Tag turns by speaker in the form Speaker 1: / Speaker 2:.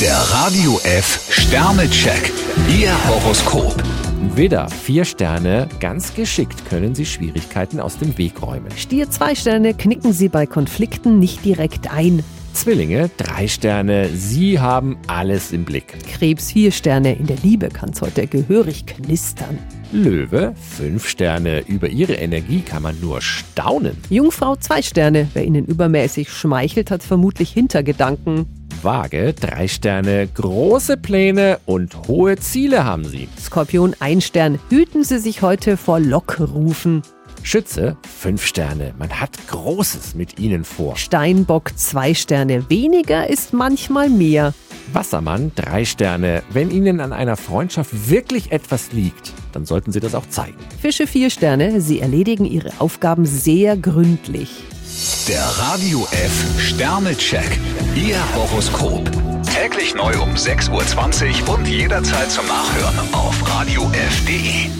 Speaker 1: Der Radio F Sternecheck. Ihr Horoskop.
Speaker 2: Widder, vier Sterne, ganz geschickt können Sie Schwierigkeiten aus dem Weg räumen.
Speaker 3: Stier zwei Sterne, knicken Sie bei Konflikten nicht direkt ein.
Speaker 2: Zwillinge, drei Sterne, Sie haben alles im Blick.
Speaker 3: Krebs vier Sterne, in der Liebe kann's heute gehörig knistern.
Speaker 2: Löwe, fünf Sterne, über Ihre Energie kann man nur staunen.
Speaker 3: Jungfrau zwei Sterne, wer Ihnen übermäßig schmeichelt, hat vermutlich Hintergedanken.
Speaker 2: Waage, drei Sterne, große Pläne und hohe Ziele haben Sie.
Speaker 3: Skorpion ein Stern, hüten Sie sich heute vor Lockrufen.
Speaker 2: Schütze, fünf Sterne, man hat Großes mit Ihnen vor.
Speaker 3: Steinbock zwei Sterne, weniger ist manchmal mehr.
Speaker 2: Wassermann, drei Sterne, wenn Ihnen an einer Freundschaft wirklich etwas liegt, dann sollten Sie das auch zeigen.
Speaker 3: Fische vier Sterne, Sie erledigen Ihre Aufgaben sehr gründlich.
Speaker 1: Der Radio F Sternecheck. Ihr Horoskop. Täglich neu um 6.20 Uhr und jederzeit zum Nachhören auf Radio radiof.de.